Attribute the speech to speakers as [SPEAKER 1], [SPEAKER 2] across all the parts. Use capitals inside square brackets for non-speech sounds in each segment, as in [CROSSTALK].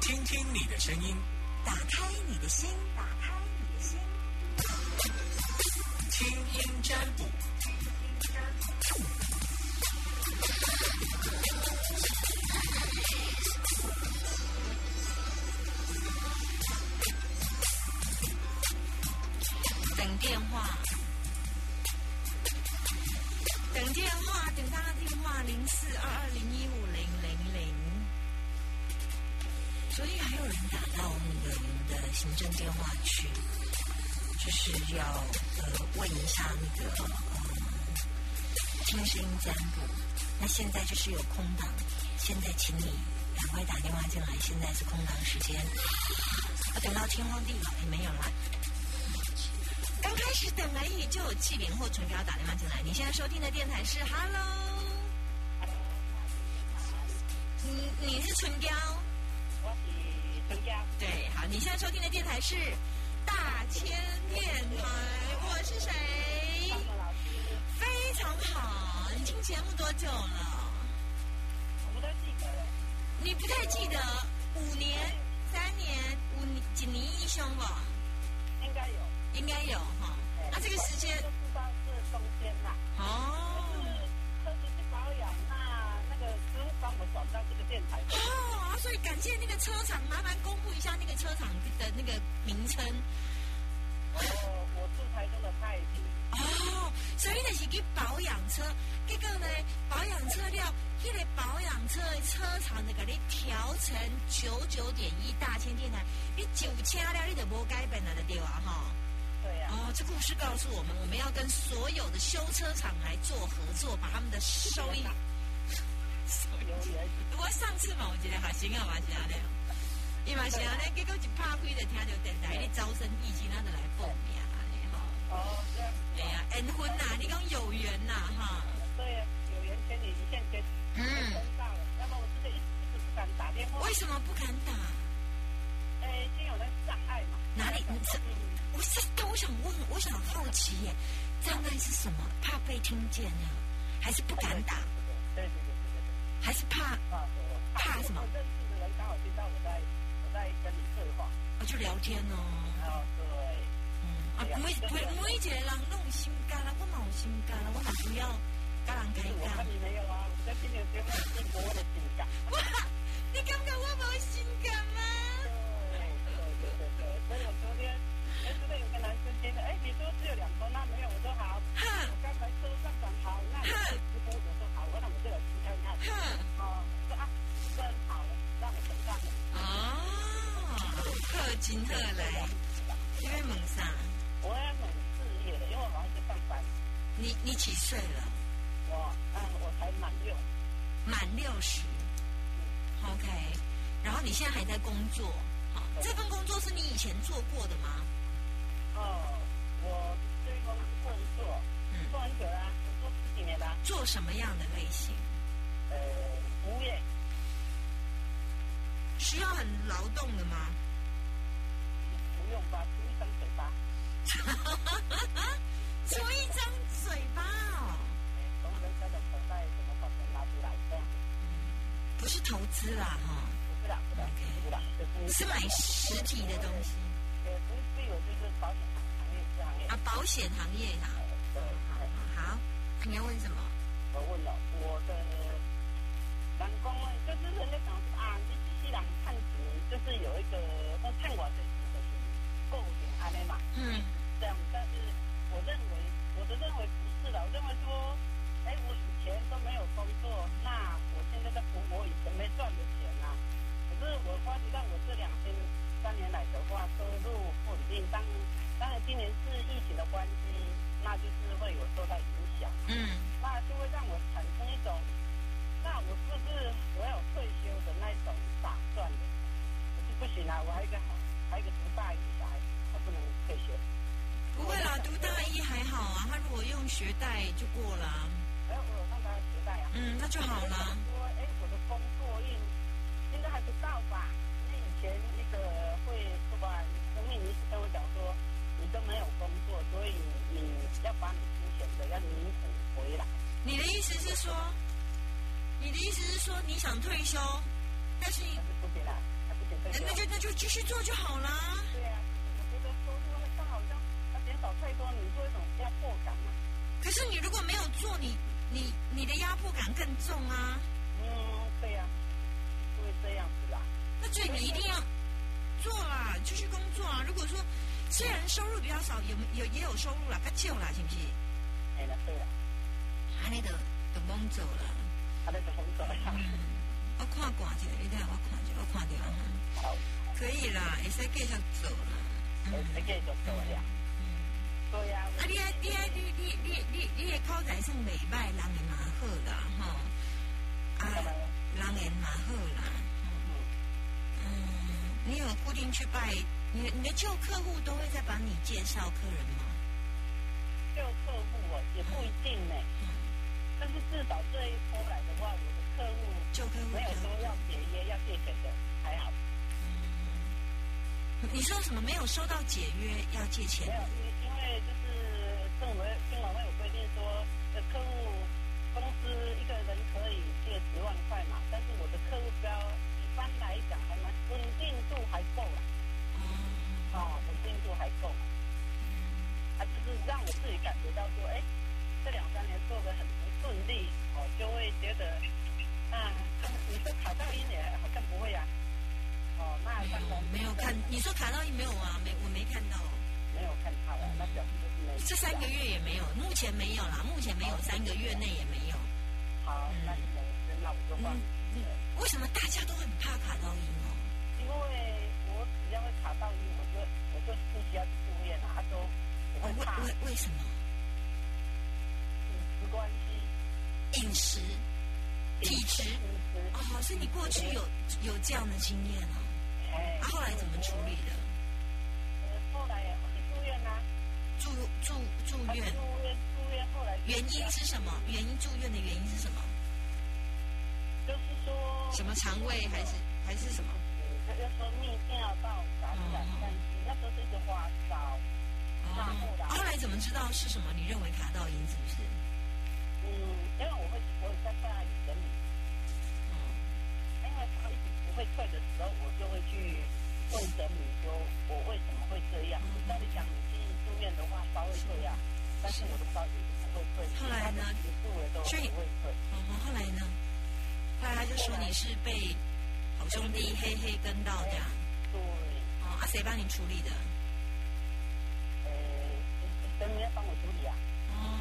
[SPEAKER 1] 听听你的声音，
[SPEAKER 2] 打开你的心，打开你的心，
[SPEAKER 1] 听音占卜。
[SPEAKER 2] 等电话，等电话，等他的电话零四二二零一五零零零。昨天还有人打到我们的行政电话去，就是要呃问一下那个呃听声音占卜。那现在就是有空档，现在请你赶快打电话进来，现在是空档时间。我等到天荒地老也没有了。刚开始等而已，就有气饼或唇膏打电话进来。你现在收听的电台是 Hello，你你是唇膏，
[SPEAKER 3] 我是陈家，
[SPEAKER 2] 对，好，你现在收听的电台是大千电台，我是谁？
[SPEAKER 3] 张的老师，
[SPEAKER 2] 非常好，你听节目多久了？
[SPEAKER 3] 我都记得了。
[SPEAKER 2] 你不太记得五年、三年、五年几年一兄不？
[SPEAKER 3] 应该有。
[SPEAKER 2] 应该有哈。啊，这个时间
[SPEAKER 3] 就知道是中间啦，
[SPEAKER 2] 哦。
[SPEAKER 3] 车子去保养，那那个师傅帮我转到这个电台。
[SPEAKER 2] 哦，所以感谢那个车厂，麻烦公布一下那个车厂的那个名称。
[SPEAKER 3] 我我住台中的太平，
[SPEAKER 2] 哦，所以那是去保养车，结果呢，保养车了，迄、个保养车的车厂就给你调成九九点一大千电台，你九千了，你就无改变了就对啊哈。
[SPEAKER 3] 对呀、
[SPEAKER 2] 哦，这故事告诉我们，我们要跟所有的修车厂来做合作，把他们的收益。收
[SPEAKER 3] 有
[SPEAKER 2] 益
[SPEAKER 3] 缘。
[SPEAKER 2] [LAUGHS] 我上次嘛，有一个学生啊嘛是安尼，伊嘛是安尼，结果一拍开就听到电台咧招生意志，咱就来报名安尼吼。
[SPEAKER 3] 哦，这样
[SPEAKER 2] 哎呀，缘分呐，你讲有缘呐哈。
[SPEAKER 3] 对呀、有缘千里一线牵，
[SPEAKER 2] 嗯，
[SPEAKER 3] 真到了。要不我之前一直不敢打电话
[SPEAKER 2] 为，什么不敢打？
[SPEAKER 3] 哎，今有人障碍嘛？
[SPEAKER 2] 哪里你这我是，但我想问，我想好奇耶，障碍是什么？怕被听见呀？还是不敢打？
[SPEAKER 3] 对对对对对。
[SPEAKER 2] 还是怕？
[SPEAKER 3] 啊，
[SPEAKER 2] 怕什么
[SPEAKER 3] 我认识的人刚好听到我在我在跟你对话，
[SPEAKER 2] 我就聊天哦。
[SPEAKER 3] 然后对，
[SPEAKER 2] 啊，不会不会，每一个人拢有心肝啦，我嘛有心肝啊啦，我嘛不要甲人
[SPEAKER 3] 可
[SPEAKER 2] 开
[SPEAKER 3] 是我看
[SPEAKER 2] 讲。 [LAUGHS]
[SPEAKER 3] 你没有啊，我在听你的节目是我的情感。
[SPEAKER 2] 哇，你感觉我无心肝
[SPEAKER 3] 对
[SPEAKER 2] 吗？
[SPEAKER 3] 对对对，所以我昨天，哎，真的有个男生接的，哎，你说只有两封，那没有，我说好，
[SPEAKER 2] 哼
[SPEAKER 3] 我刚才车上讲好，那你直播，我说好，我让我这个去看看，
[SPEAKER 2] 哼，
[SPEAKER 3] 哦，说啊，真好，让我等上，
[SPEAKER 2] 哦，好真好来，你要问啥？
[SPEAKER 3] 我要很事业的，因为我好像去上班，
[SPEAKER 2] 你你几岁了？
[SPEAKER 3] 我，嗯，我才满六，
[SPEAKER 2] 满六十。OK，然后你现在还在工作，好，这份工作是你以前做过的吗？
[SPEAKER 3] 哦，我这工工作
[SPEAKER 2] 嗯，
[SPEAKER 3] 做很久啦，我做十几年啦，
[SPEAKER 2] 做什么样的类型？
[SPEAKER 3] 呃，服务业，
[SPEAKER 2] 需要很劳动的吗？
[SPEAKER 3] 不用吧，出一张嘴巴，
[SPEAKER 2] 出一张嘴巴哦，
[SPEAKER 3] 从人家的口袋怎么把钱拿出来这样。
[SPEAKER 2] 不是投资啦哈，
[SPEAKER 3] 不是啦，不是啦，不是啦，就是
[SPEAKER 2] 是买实体的东西
[SPEAKER 3] 呃，不是队友就是保险行业这行业。
[SPEAKER 2] 啊，保险行业啦。
[SPEAKER 3] 呃，
[SPEAKER 2] 好，你要问什么？
[SPEAKER 3] 我问了我的员工们，就是人家讲说啊，你机器人看值就是有一个，我看我的就是够点安尼嘛，
[SPEAKER 2] 嗯
[SPEAKER 3] 这样。但是我认为我的认为不是啦，我认为说，哎，我以前都没有工作，那我现在在补我以前没赚的钱啊。可是我发觉到我这两天三年来的话，收入不稳定，当当然今年是疫情的关系，那就是会有受到影响，
[SPEAKER 2] 嗯，
[SPEAKER 3] 那就会让我产生一种，那我是不是我要有退休的那种打算的？可是不行啊，我还有一个好，还有一个读大一的小孩，他不能退休。
[SPEAKER 2] 不会啦，读大一还好啊，他如果用学贷就过了啊，
[SPEAKER 3] 哎，我有让他学贷啊。
[SPEAKER 2] 嗯，那就好了。
[SPEAKER 3] 说，哎，我的工作运应该还不到吧？那以前那个会主管洪敏妮跟我讲说，你都没有工作，所以你要把你之前的要弥补回来。
[SPEAKER 2] 你的意思是说，你的意思是说你想退休，但是
[SPEAKER 3] 但是不给啦，他不给退
[SPEAKER 2] 那
[SPEAKER 3] 休。
[SPEAKER 2] 就那就继续做就好啦。
[SPEAKER 3] 对呀、我觉得收入会上好像他减少太多，你就有一种压迫感嘛。
[SPEAKER 2] 可是你如果没有做，你你你的压迫感更重啊。
[SPEAKER 3] 嗯，对呀、就会这样子啦。
[SPEAKER 2] 那所以你一定要做啦，继续工作啊。如果说虽然收入比较少，有有也有收入啦，较少啦，是不是？
[SPEAKER 3] 哎了，对了，
[SPEAKER 2] 啊，你都都懵走了。
[SPEAKER 3] 他那个红色，
[SPEAKER 2] 嗯，我看看一下，你等下我看一下，我看着啊。
[SPEAKER 3] 好，
[SPEAKER 2] 可以啦，会使继续做啦。
[SPEAKER 3] 我
[SPEAKER 2] 嗯
[SPEAKER 3] 直接就走了。
[SPEAKER 2] 嗯
[SPEAKER 3] 对
[SPEAKER 2] 啊，
[SPEAKER 3] 呀、
[SPEAKER 2] 你啊，你啊，你你你你你的口才算袂歹，人也蛮好啦，吼。啊，人也蛮好啦。嗯，你有固定去拜你你的旧客户都会再帮你介绍客人吗？
[SPEAKER 3] 旧客户哦也不一定呢，
[SPEAKER 2] 嗯，
[SPEAKER 3] 但是至少这一波来的话，我的客户
[SPEAKER 2] 旧客户
[SPEAKER 3] 没有
[SPEAKER 2] 比较
[SPEAKER 3] 说要解约要借钱的，还好，
[SPEAKER 2] 嗯你说什么没有收到解约要借钱
[SPEAKER 3] 没？有，因因为就是政委金管会有规定说，呃，客户公司一个人可以借十万块嘛，但是我的客户标一般来讲还蛮稳定度还够啦，
[SPEAKER 2] 哦，
[SPEAKER 3] 啊，稳定度还够。啊，就是让我自己感觉到说，哎，这两三年做的很不顺利，我就会觉得，啊，你说考到一年 [LAUGHS] 好像不会啊，哦，那当然
[SPEAKER 2] 哎没有看，你说卡到没有啊？没，我没看到。
[SPEAKER 3] 没有看到啊，那表示就是没啊
[SPEAKER 2] 这三个月也没有，目前没有啦，目前没有，三个月内也没有。
[SPEAKER 3] 好，那你没事，那我就放
[SPEAKER 2] 嗯，嗯为什么大家都很怕卡到音哦？
[SPEAKER 3] 因为我只要会卡到音，我就我就不需要去住院了，他说我
[SPEAKER 2] 哦
[SPEAKER 3] 会怕
[SPEAKER 2] 为为为什么？
[SPEAKER 3] 饮食关系，
[SPEAKER 2] 饮食、体质
[SPEAKER 3] 饮食，
[SPEAKER 2] 哦，所以你过去有有这样的经验哦。
[SPEAKER 3] 哎
[SPEAKER 2] 啊，，后来怎么处理的？
[SPEAKER 3] 呃后来我去住院啦、啊
[SPEAKER 2] 住住住
[SPEAKER 3] 啊，住
[SPEAKER 2] 院
[SPEAKER 3] 院，住院后来
[SPEAKER 2] 原因是什么？原因住院的原因是什么？
[SPEAKER 3] 就是说
[SPEAKER 2] 什么肠胃还是还是什么？
[SPEAKER 3] 那个时候泌尿道感染上去，那时候是一个发烧，
[SPEAKER 2] 哦，后来怎么知道是什么？你认为卡到音是不是？
[SPEAKER 3] 嗯，因为我会我有在家里整理，
[SPEAKER 2] 哦，
[SPEAKER 3] 因为它一直不会退的时候，我就会去问整理说，我为什么会这样？你照理讲，你去住院的话，烧会退啊，但是我的烧一直不会
[SPEAKER 2] 后
[SPEAKER 3] 退，
[SPEAKER 2] 来呢
[SPEAKER 3] 其他的食物也都
[SPEAKER 2] 所以
[SPEAKER 3] 不会退，
[SPEAKER 2] 哦，后来呢？后来他就说你是被好兄弟黑黑跟到这样。
[SPEAKER 3] 对，
[SPEAKER 2] 哦，啊，谁帮你处理的？
[SPEAKER 3] 呃，神明要帮我处理啊，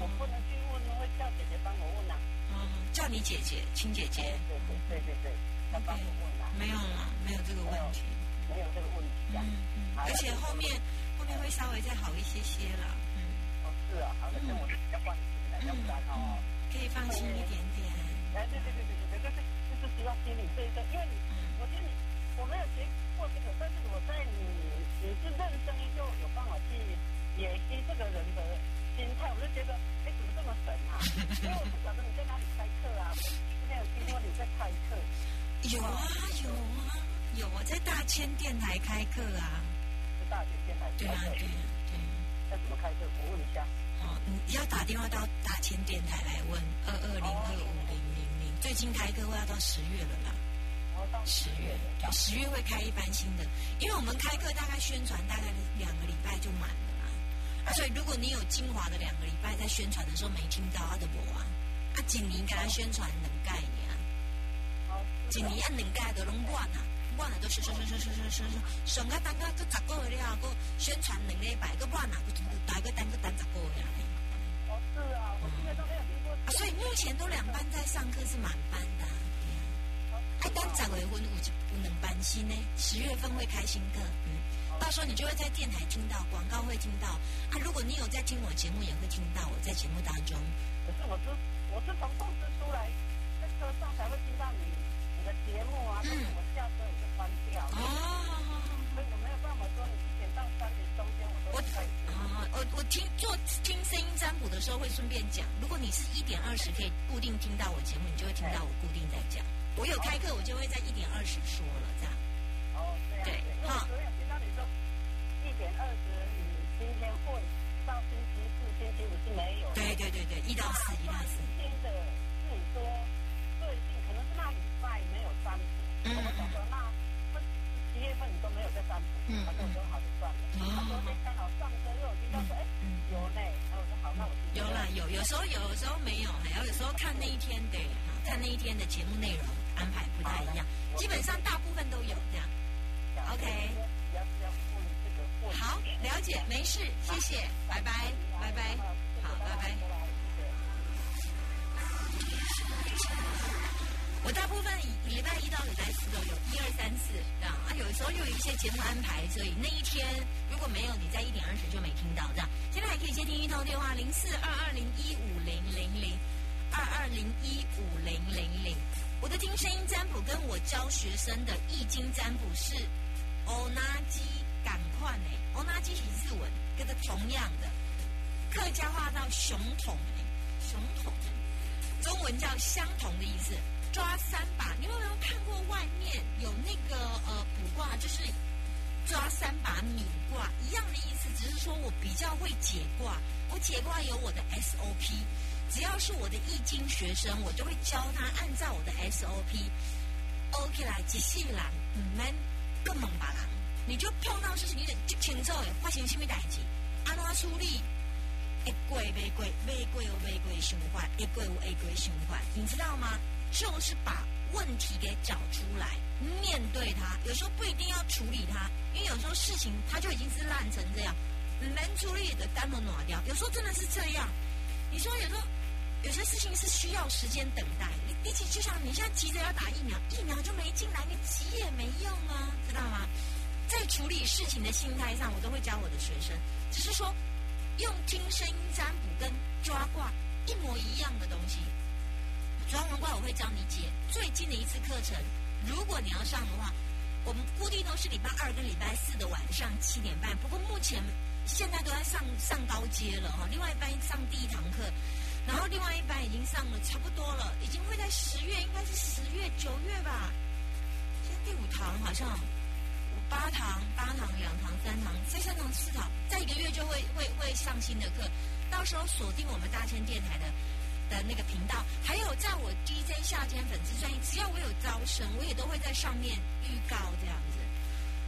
[SPEAKER 3] 我不
[SPEAKER 2] 哦，
[SPEAKER 3] 能去问，会叫姐姐帮我问啊，
[SPEAKER 2] 哦，叫你姐姐，亲姐姐
[SPEAKER 3] 对。啊对对对对，要帮我问啊，
[SPEAKER 2] 没有嘛，没有这个问题。
[SPEAKER 3] 没有这个问
[SPEAKER 2] 嗯
[SPEAKER 3] 题啊。
[SPEAKER 2] 嗯，而且后面后面会稍微再好一些些了。嗯
[SPEAKER 3] 哦，是啊，好的，那我就比较放心了，要不然
[SPEAKER 2] 嗯
[SPEAKER 3] 哦，
[SPEAKER 2] 可以放心一点点。
[SPEAKER 3] 哎，对对对对对，就是就是希望心理这一个，因为你，我觉得你我没有学过这个，但是我在你你是认真又有办法去解析这个人的心态，我就觉得，哎，怎么这么神啊？因为我不晓得你在哪里开课啊，我之前有听说你在开课，
[SPEAKER 2] 有啊有啊有啊，在大千电台开课啊。
[SPEAKER 3] 是大学先来
[SPEAKER 2] 对
[SPEAKER 3] 开
[SPEAKER 2] 啊
[SPEAKER 3] 课，
[SPEAKER 2] 对啊对啊。
[SPEAKER 3] 要怎么开课？我问一下。
[SPEAKER 2] 哦，你要打电话到大千电台来问二二零二五零零零，最近开课会要到十月了啦，
[SPEAKER 3] 然后到
[SPEAKER 2] 十月对，十月会开一班新的，因为我们开课大概宣传大概两个礼拜就满了啦，啊，所以如果你有精华的两个礼拜在宣传的时候没听到阿德伯啊，啊，锦你给他宣传能盖你啊，
[SPEAKER 3] 好，
[SPEAKER 2] 锦你按能盖的拢管啊。我了都宣宣宣宣宣宣宣宣，上个单个搁十个月了，搁宣传两礼拜，搁我哪个大个单个单十个月了。
[SPEAKER 3] 哦是啊，我现在都没有听过。
[SPEAKER 2] 啊，所以目前都两班在上课是满班的、啊。哎、单展为婚五不能班新呢，十月份会开新课，嗯，到时候你就会在电台听到，广告会听到啊。如果你有在听我节目，也会听到我在节目当中。
[SPEAKER 3] 可是我是我是从公司出来，在车上才会听到你你的节目啊，但是我下车我就关掉了，
[SPEAKER 2] 哦，
[SPEAKER 3] 所以我没有办法说你一点到三点中间我都
[SPEAKER 2] 我
[SPEAKER 3] 会开车。
[SPEAKER 2] 啊，我我听做听声音占卜的时候会顺便讲，如果你是一点二十可以固定听到我节目，你就会听到我固定在讲。我有开课，我就会在一点二十说了，这样。
[SPEAKER 3] 哦，这样子，因为我昨天有听到你说一点二十，你今天会到星期四、星期五是没有的。
[SPEAKER 2] 对对对对，一到四，一到四。
[SPEAKER 3] 听的是你说最近可能是那礼拜没有占卜，我们早上都没有在占卜，他说我好就算了，他说那刚好上车又有听到说，哎，有嘞，然后我说好，那我就
[SPEAKER 2] 有啦，有有时候有，有时候没有，还有有时候看那一天的，哈看那一天的节目内容安排不太一样，基本上大部分都有这样。OK
[SPEAKER 3] 要不要付这个货？
[SPEAKER 2] 好，了解，没事，谢谢，拜拜，拜拜，好，拜拜。我大部分礼拜一到礼拜四都有，一二三四这样啊。有时候又有一些节目安排，所以那一天如果没有，你在一点二十就没听到这样。现在还可以接听一通电话零四二二零一五零零零二二零一五零零零。我的听声音占卜跟我教学生的易经占卜是欧那基赶快呢，欧那基是日文，跟它同样的客家话叫熊桶哎，熊桶。中文叫相同的意思。抓三把，你们有没有看过外面有那个呃卜卦，就是抓三把米卦一样的意思，只是说我比较会解卦，我解卦有我的 SOP，只要是我的易经学生，我就会教他按照我的 SOP。OK 啦，一世人唔免更猛把人，你就碰到事情你得就清楚诶，发生什么代志，安怎处理，会过未过，未过有未过的想法，会过有会过的想法，你知道吗？就是把问题给找出来，面对它。有时候不一定要处理它，因为有时候事情它就已经是烂成这样，能处理的单都挪掉。有时候真的是这样。你说有时候有些事情是需要时间等待，你比起就像你现在急着要打疫苗，疫苗就没进来，你急也没用啊，知道吗？在处理事情的心态上，我都会教我的学生，只是说用听声音占卜跟抓卦一模一样的东西。抓完卦我会教你解。最近的一次课程，如果你要上的话，我们固定都是礼拜二跟礼拜四的晚上七点半。不过目前现在都在上上高阶了哈，另外一班上第一堂课，然后另外一班已经上了差不多了，已经会在十月，应该是十月九月吧。现在第五堂好像八堂、八堂、两堂、三堂、再三堂、四堂，在一个月就会会会上新的课。到时候锁定我们大千电台的的那个频道，还有在我 DJ 夏天粉丝专业，只要我有招生，我也都会在上面预告这样子。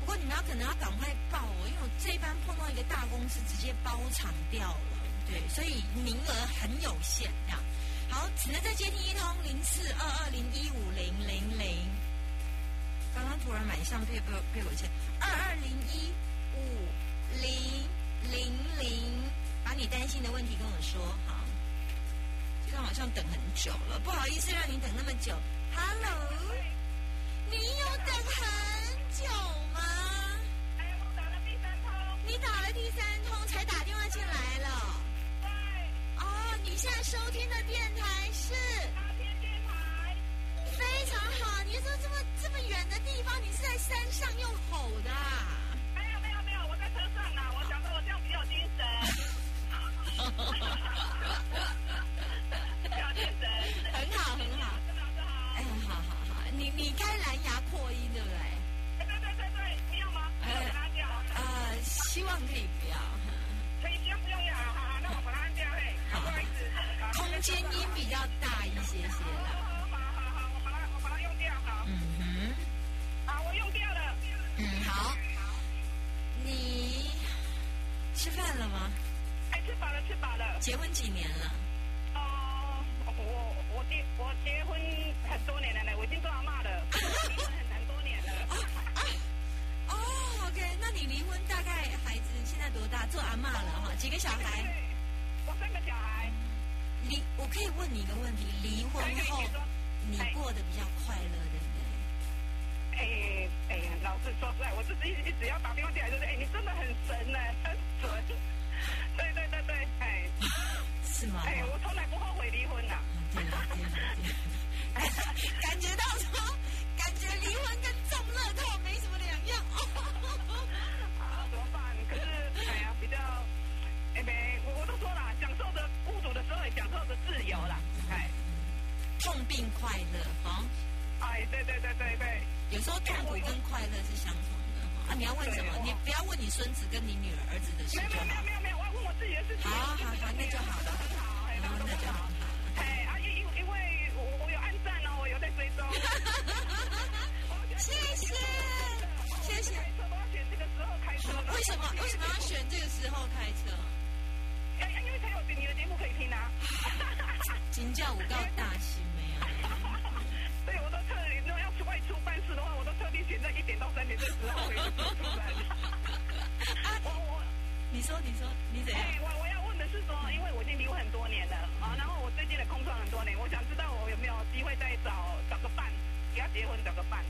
[SPEAKER 2] 不过你们要可能要赶快报哦，因为我这一班碰到一个大公司直接包场掉了，对，所以名额很有限这样。好，只能再接听一通零四二二零一五零零零。刚刚突然蛮像被被被我切二二零一五零零零，把你担心的问题跟我说好。这样好像等很久了，不好意思让你等那么久。Hello，你有等很久吗？
[SPEAKER 4] 哎，我打了第三通，
[SPEAKER 2] 你打了第三通才打电话进来了。
[SPEAKER 4] 对，
[SPEAKER 2] 哦，你现在收听的电台是
[SPEAKER 4] 大天电台，
[SPEAKER 2] 非常好。你说这么这么远的地方，你是在山上用吼的啊、 [LAUGHS]
[SPEAKER 4] 没有没有没有，我在车上啦，我想说我这样比较有精神，比较有精神，
[SPEAKER 2] 很好，很好。
[SPEAKER 4] 真的真好，
[SPEAKER 2] 哎，好好好，你你该蓝牙扩音对不对？
[SPEAKER 4] 哎对对对对，你要吗？我把它按掉，
[SPEAKER 2] 呃，希望可以不要。
[SPEAKER 4] 可以先不用呀，好好，那我把它按掉嘿，不好意思，
[SPEAKER 2] 空间音比较大一些些
[SPEAKER 4] 好
[SPEAKER 2] 啦。
[SPEAKER 4] 好好好，我把它我把它用掉，好，
[SPEAKER 2] 嗯
[SPEAKER 4] 好我用掉了，
[SPEAKER 2] 哼，嗯，好。你吃饭了吗？
[SPEAKER 4] 哎吃饱了吃饱了。
[SPEAKER 2] 结婚几年了？
[SPEAKER 4] 哦，我我结我结婚很多年了呢，我已经做阿妈
[SPEAKER 2] [LAUGHS]
[SPEAKER 4] 了，离婚很很多年了。
[SPEAKER 2] 哦，OK，那你离婚大概孩子现在多大？做阿嬷了哈，几个小
[SPEAKER 4] 对
[SPEAKER 2] 孩？，
[SPEAKER 4] 我三个小孩，
[SPEAKER 2] 离，我可以问你一个问题：离婚后你过得比较快乐，对不对？
[SPEAKER 4] 哎哎，老实说实在，我就是一直一直要打电话进来，就是哎，你真的很神呢，很准。对对对对，哎
[SPEAKER 2] 是吗？哦
[SPEAKER 4] 哎，我从来不后悔离婚呐、
[SPEAKER 2] 对对对对 [LAUGHS] 对，感觉到说，感觉离婚跟中乐透没什么两 [LAUGHS] 样哦。
[SPEAKER 4] 啊，怎么办？可是哎呀，比较哎没，我我都说了，享受着孤独的时候，也享受着自由啦。哎
[SPEAKER 2] 痛并快乐哈、
[SPEAKER 4] 哎，对对对对对。
[SPEAKER 2] 有时候痛苦跟快乐是相同的哈、啊，你要问什么？你不要问你孙子跟你女儿儿子的事
[SPEAKER 4] 没有
[SPEAKER 2] 就
[SPEAKER 4] 没有没有。
[SPEAKER 2] 好
[SPEAKER 4] 没有没有，我要问我自己的事情。
[SPEAKER 2] 好好好，那就好了。
[SPEAKER 4] 好，哎，
[SPEAKER 2] 好，嗯那就好。
[SPEAKER 4] 哎，啊，因因因为我我有按赞哦，我有在追踪。
[SPEAKER 2] 谢谢，谢谢。
[SPEAKER 4] 没错
[SPEAKER 2] 什么为什么要选这个时候开车？
[SPEAKER 3] 哎哎，因为才有你的节目可以听啊。
[SPEAKER 2] 请教五告大新没有？
[SPEAKER 3] 所以我都特地，如果要出外出办事的话，我都特地选在一点到三点这时候回出
[SPEAKER 2] [LAUGHS]
[SPEAKER 3] 来。我我
[SPEAKER 2] 你说你说你怎样？
[SPEAKER 3] 哎，我我要问的是说，因为我已经离婚很多年了啊，然后我最近的空窗很多年，我想知道我有没有机会再找找个伴，不要结婚找个伴。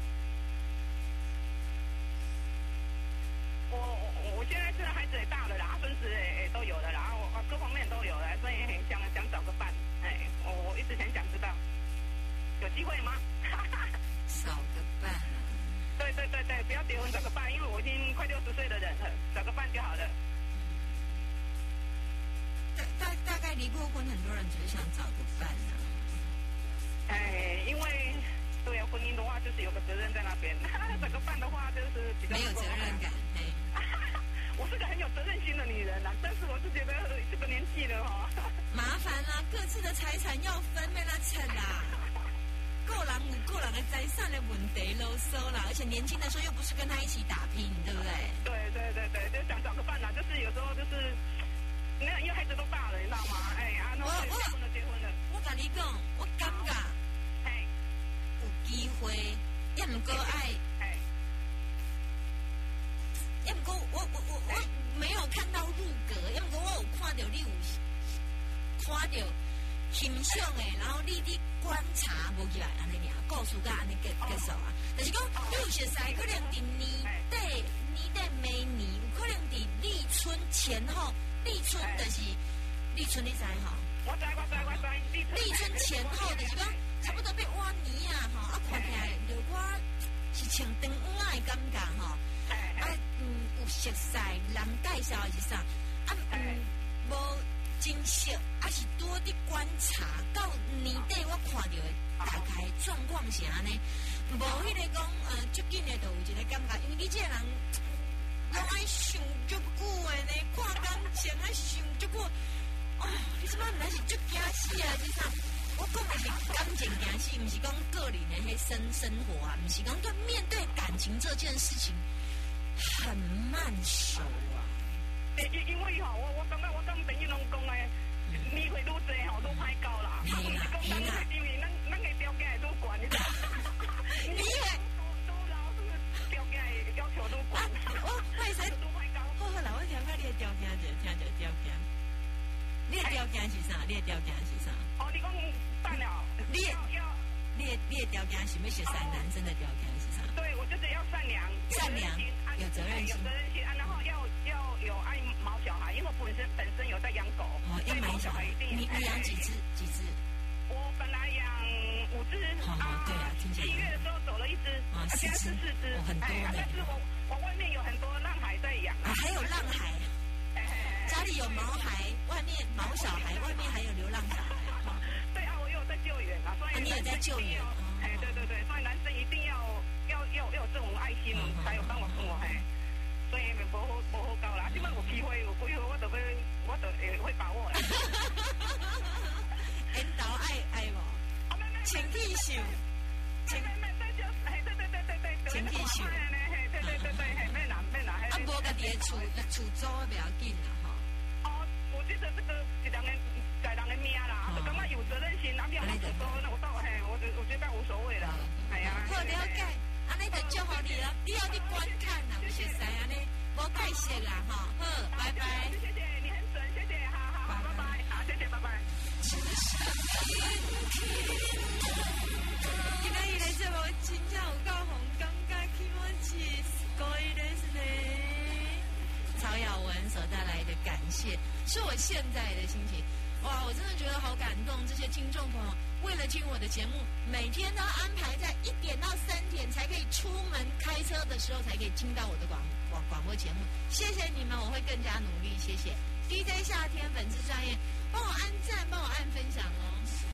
[SPEAKER 3] 我我我现在是孩子也大了啦，孙子也也都有了啦，然后我各方面都有了，所以很想想找个伴。哎，我我一直很想知道，有机会吗？ [LAUGHS]
[SPEAKER 5] 少个伴啊，
[SPEAKER 3] 对对对对，不要结婚，找个伴，因为我已经快六十岁的人了，找个伴就好了。
[SPEAKER 5] 大大大概离过婚，很多人只是想找个伴啊。
[SPEAKER 3] 哎，因为对啊，婚姻的话就是有个责任在那边， [LAUGHS] 整个办的话就是比较
[SPEAKER 5] 没有责任感。，哎，
[SPEAKER 3] 我是个很有责任心的女人呐、但是我是觉得呃这个年纪了哈、 [LAUGHS]
[SPEAKER 2] 麻烦啦，各自的财产要分，没啦趁啦。个人有个人的财产的问题啰嗦啦，而且年轻的时候又不是跟他一起打拼，对不对？
[SPEAKER 3] 对对对对，就想找个伴呐、啊就是有时候就是，那因为孩子都大了，你知道吗？哎，啊，那
[SPEAKER 2] 我
[SPEAKER 3] 结婚了，结婚了，
[SPEAKER 2] 我跟你讲，我感觉哦
[SPEAKER 3] 哎
[SPEAKER 5] 有机会，
[SPEAKER 2] 要唔过爱，
[SPEAKER 3] 哎，
[SPEAKER 2] 要唔过我我我我没有看到入格，要唔过我有看到你有看到形象的，然后你你观察无起来安尼尔，故事甲安尼结结束啊。但是讲你有熟悉，可能伫年底年底每年，有可能伫立春前后，立春就是立春你知吼。
[SPEAKER 3] 我乖我乖我乖，立春
[SPEAKER 2] 立春前后就是
[SPEAKER 3] 哎
[SPEAKER 2] 讲差不多要挖泥啊，吼，啊看起来就我是穿长黄啊的感觉吼，
[SPEAKER 3] 哎
[SPEAKER 2] 啊
[SPEAKER 3] 哎
[SPEAKER 2] 嗯有熟悉人介绍的是啥，啊嗯无真熟，啊是多伫观察到年底我看到的大概的状况是安尼，无迄个讲呃最近的就有一个感觉，因为你这个人。拢爱想足久的呢，看感情啊想足久。哦，你即摆毋知是足惊死啊！你看，我讲的是感情惊死，毋是讲个人的迄生生活啊，毋是讲对面对感情这件事情很慢熟啊。
[SPEAKER 3] 因因为吼，我我感觉我跟朋友拢讲诶，你会愈济吼，愈歹交啦。啊，我是讲咱咱因为咱咱个条件会愈悬，你知道吗？你
[SPEAKER 2] 你
[SPEAKER 3] 愈愈老，这个条件会要求愈
[SPEAKER 2] 啊
[SPEAKER 3] 悬，，
[SPEAKER 2] 我我会使，
[SPEAKER 3] 愈歹交。
[SPEAKER 2] 好好啦，我听看你的条件者，听者条件。你的条件是啥？你的条件是啥？
[SPEAKER 3] 哦，你讲办了，
[SPEAKER 2] 你
[SPEAKER 3] 要要，
[SPEAKER 2] 你的你的条件是要熟悉男生的条件是啥？
[SPEAKER 3] 对我就是要善良，
[SPEAKER 2] 善良有
[SPEAKER 3] 有
[SPEAKER 2] 责
[SPEAKER 3] 责
[SPEAKER 2] 任
[SPEAKER 3] 任
[SPEAKER 2] 心
[SPEAKER 3] 心，啊有责任心啊，然后要要有爱毛小孩，因为我本身本身有在养狗，
[SPEAKER 2] 哦，要
[SPEAKER 3] 所以
[SPEAKER 2] 买
[SPEAKER 3] 毛
[SPEAKER 2] 小
[SPEAKER 3] 小
[SPEAKER 2] 孩
[SPEAKER 3] 孩一，定
[SPEAKER 2] 你你养几
[SPEAKER 3] 哎
[SPEAKER 2] 只？几只？
[SPEAKER 3] 我本来养五只，
[SPEAKER 2] 好好对啊听起来
[SPEAKER 3] 七月的时候走了一只，
[SPEAKER 2] 啊四只
[SPEAKER 3] 现在是四只
[SPEAKER 2] 哦，很多
[SPEAKER 3] 哎
[SPEAKER 2] 呢
[SPEAKER 3] 但是我我外面有很多浪海在养，
[SPEAKER 2] 啊，还有浪海。
[SPEAKER 3] 哎哎哎
[SPEAKER 2] 家里有毛孩，外面毛小孩，外面还有流浪小孩。
[SPEAKER 3] 对啊，我有在救援啊，所以
[SPEAKER 2] 啊你有在救援
[SPEAKER 3] 男生一
[SPEAKER 2] 哦
[SPEAKER 3] 定要哎，对对对，所以男生一定要要要要有这种爱心
[SPEAKER 2] 嗯嗯，
[SPEAKER 3] 才有帮我生活嘿。所以无好无好教啦，即摆有机会有机会，我就要我就会会把握啦。
[SPEAKER 2] 引导爱爱无？
[SPEAKER 3] 啊慢慢
[SPEAKER 2] 请必修，请
[SPEAKER 3] 慢慢再就哎对对对对对对，
[SPEAKER 2] 请继续
[SPEAKER 3] 慢慢的嘿对对对对，嘿免啦免啦，
[SPEAKER 2] 啊
[SPEAKER 3] 嘿，
[SPEAKER 2] 无家己的厝厝租袂要紧啦吼。
[SPEAKER 3] 哦，我觉得这个是人的，在人的命啦，就感觉有责任心，啊，不要我做错，那我倒嘿，我觉我觉得无所谓啦，哎呀，
[SPEAKER 2] 好了解，安尼就祝福你啦，你要去观看啦，有熟悉安尼，无解释啦吼。好，拜拜。
[SPEAKER 3] 谢谢你很准，谢谢，好好好，拜拜，好，谢谢，拜拜。
[SPEAKER 2] 今仔日来节目真正有够红，感觉起码是 gorgeous 呢。曹雅文所带来的感谢，是我现在的心情。哇，我真的觉得好感动！这些听众朋友为了听我的节目，每天都安排在一点到三点才可以出门开车的时候才可以听到我的广广广播节目。谢谢你们，我会更加努力。谢谢 DJ 夏天粉丝专业，帮我按赞，帮我按分享哦。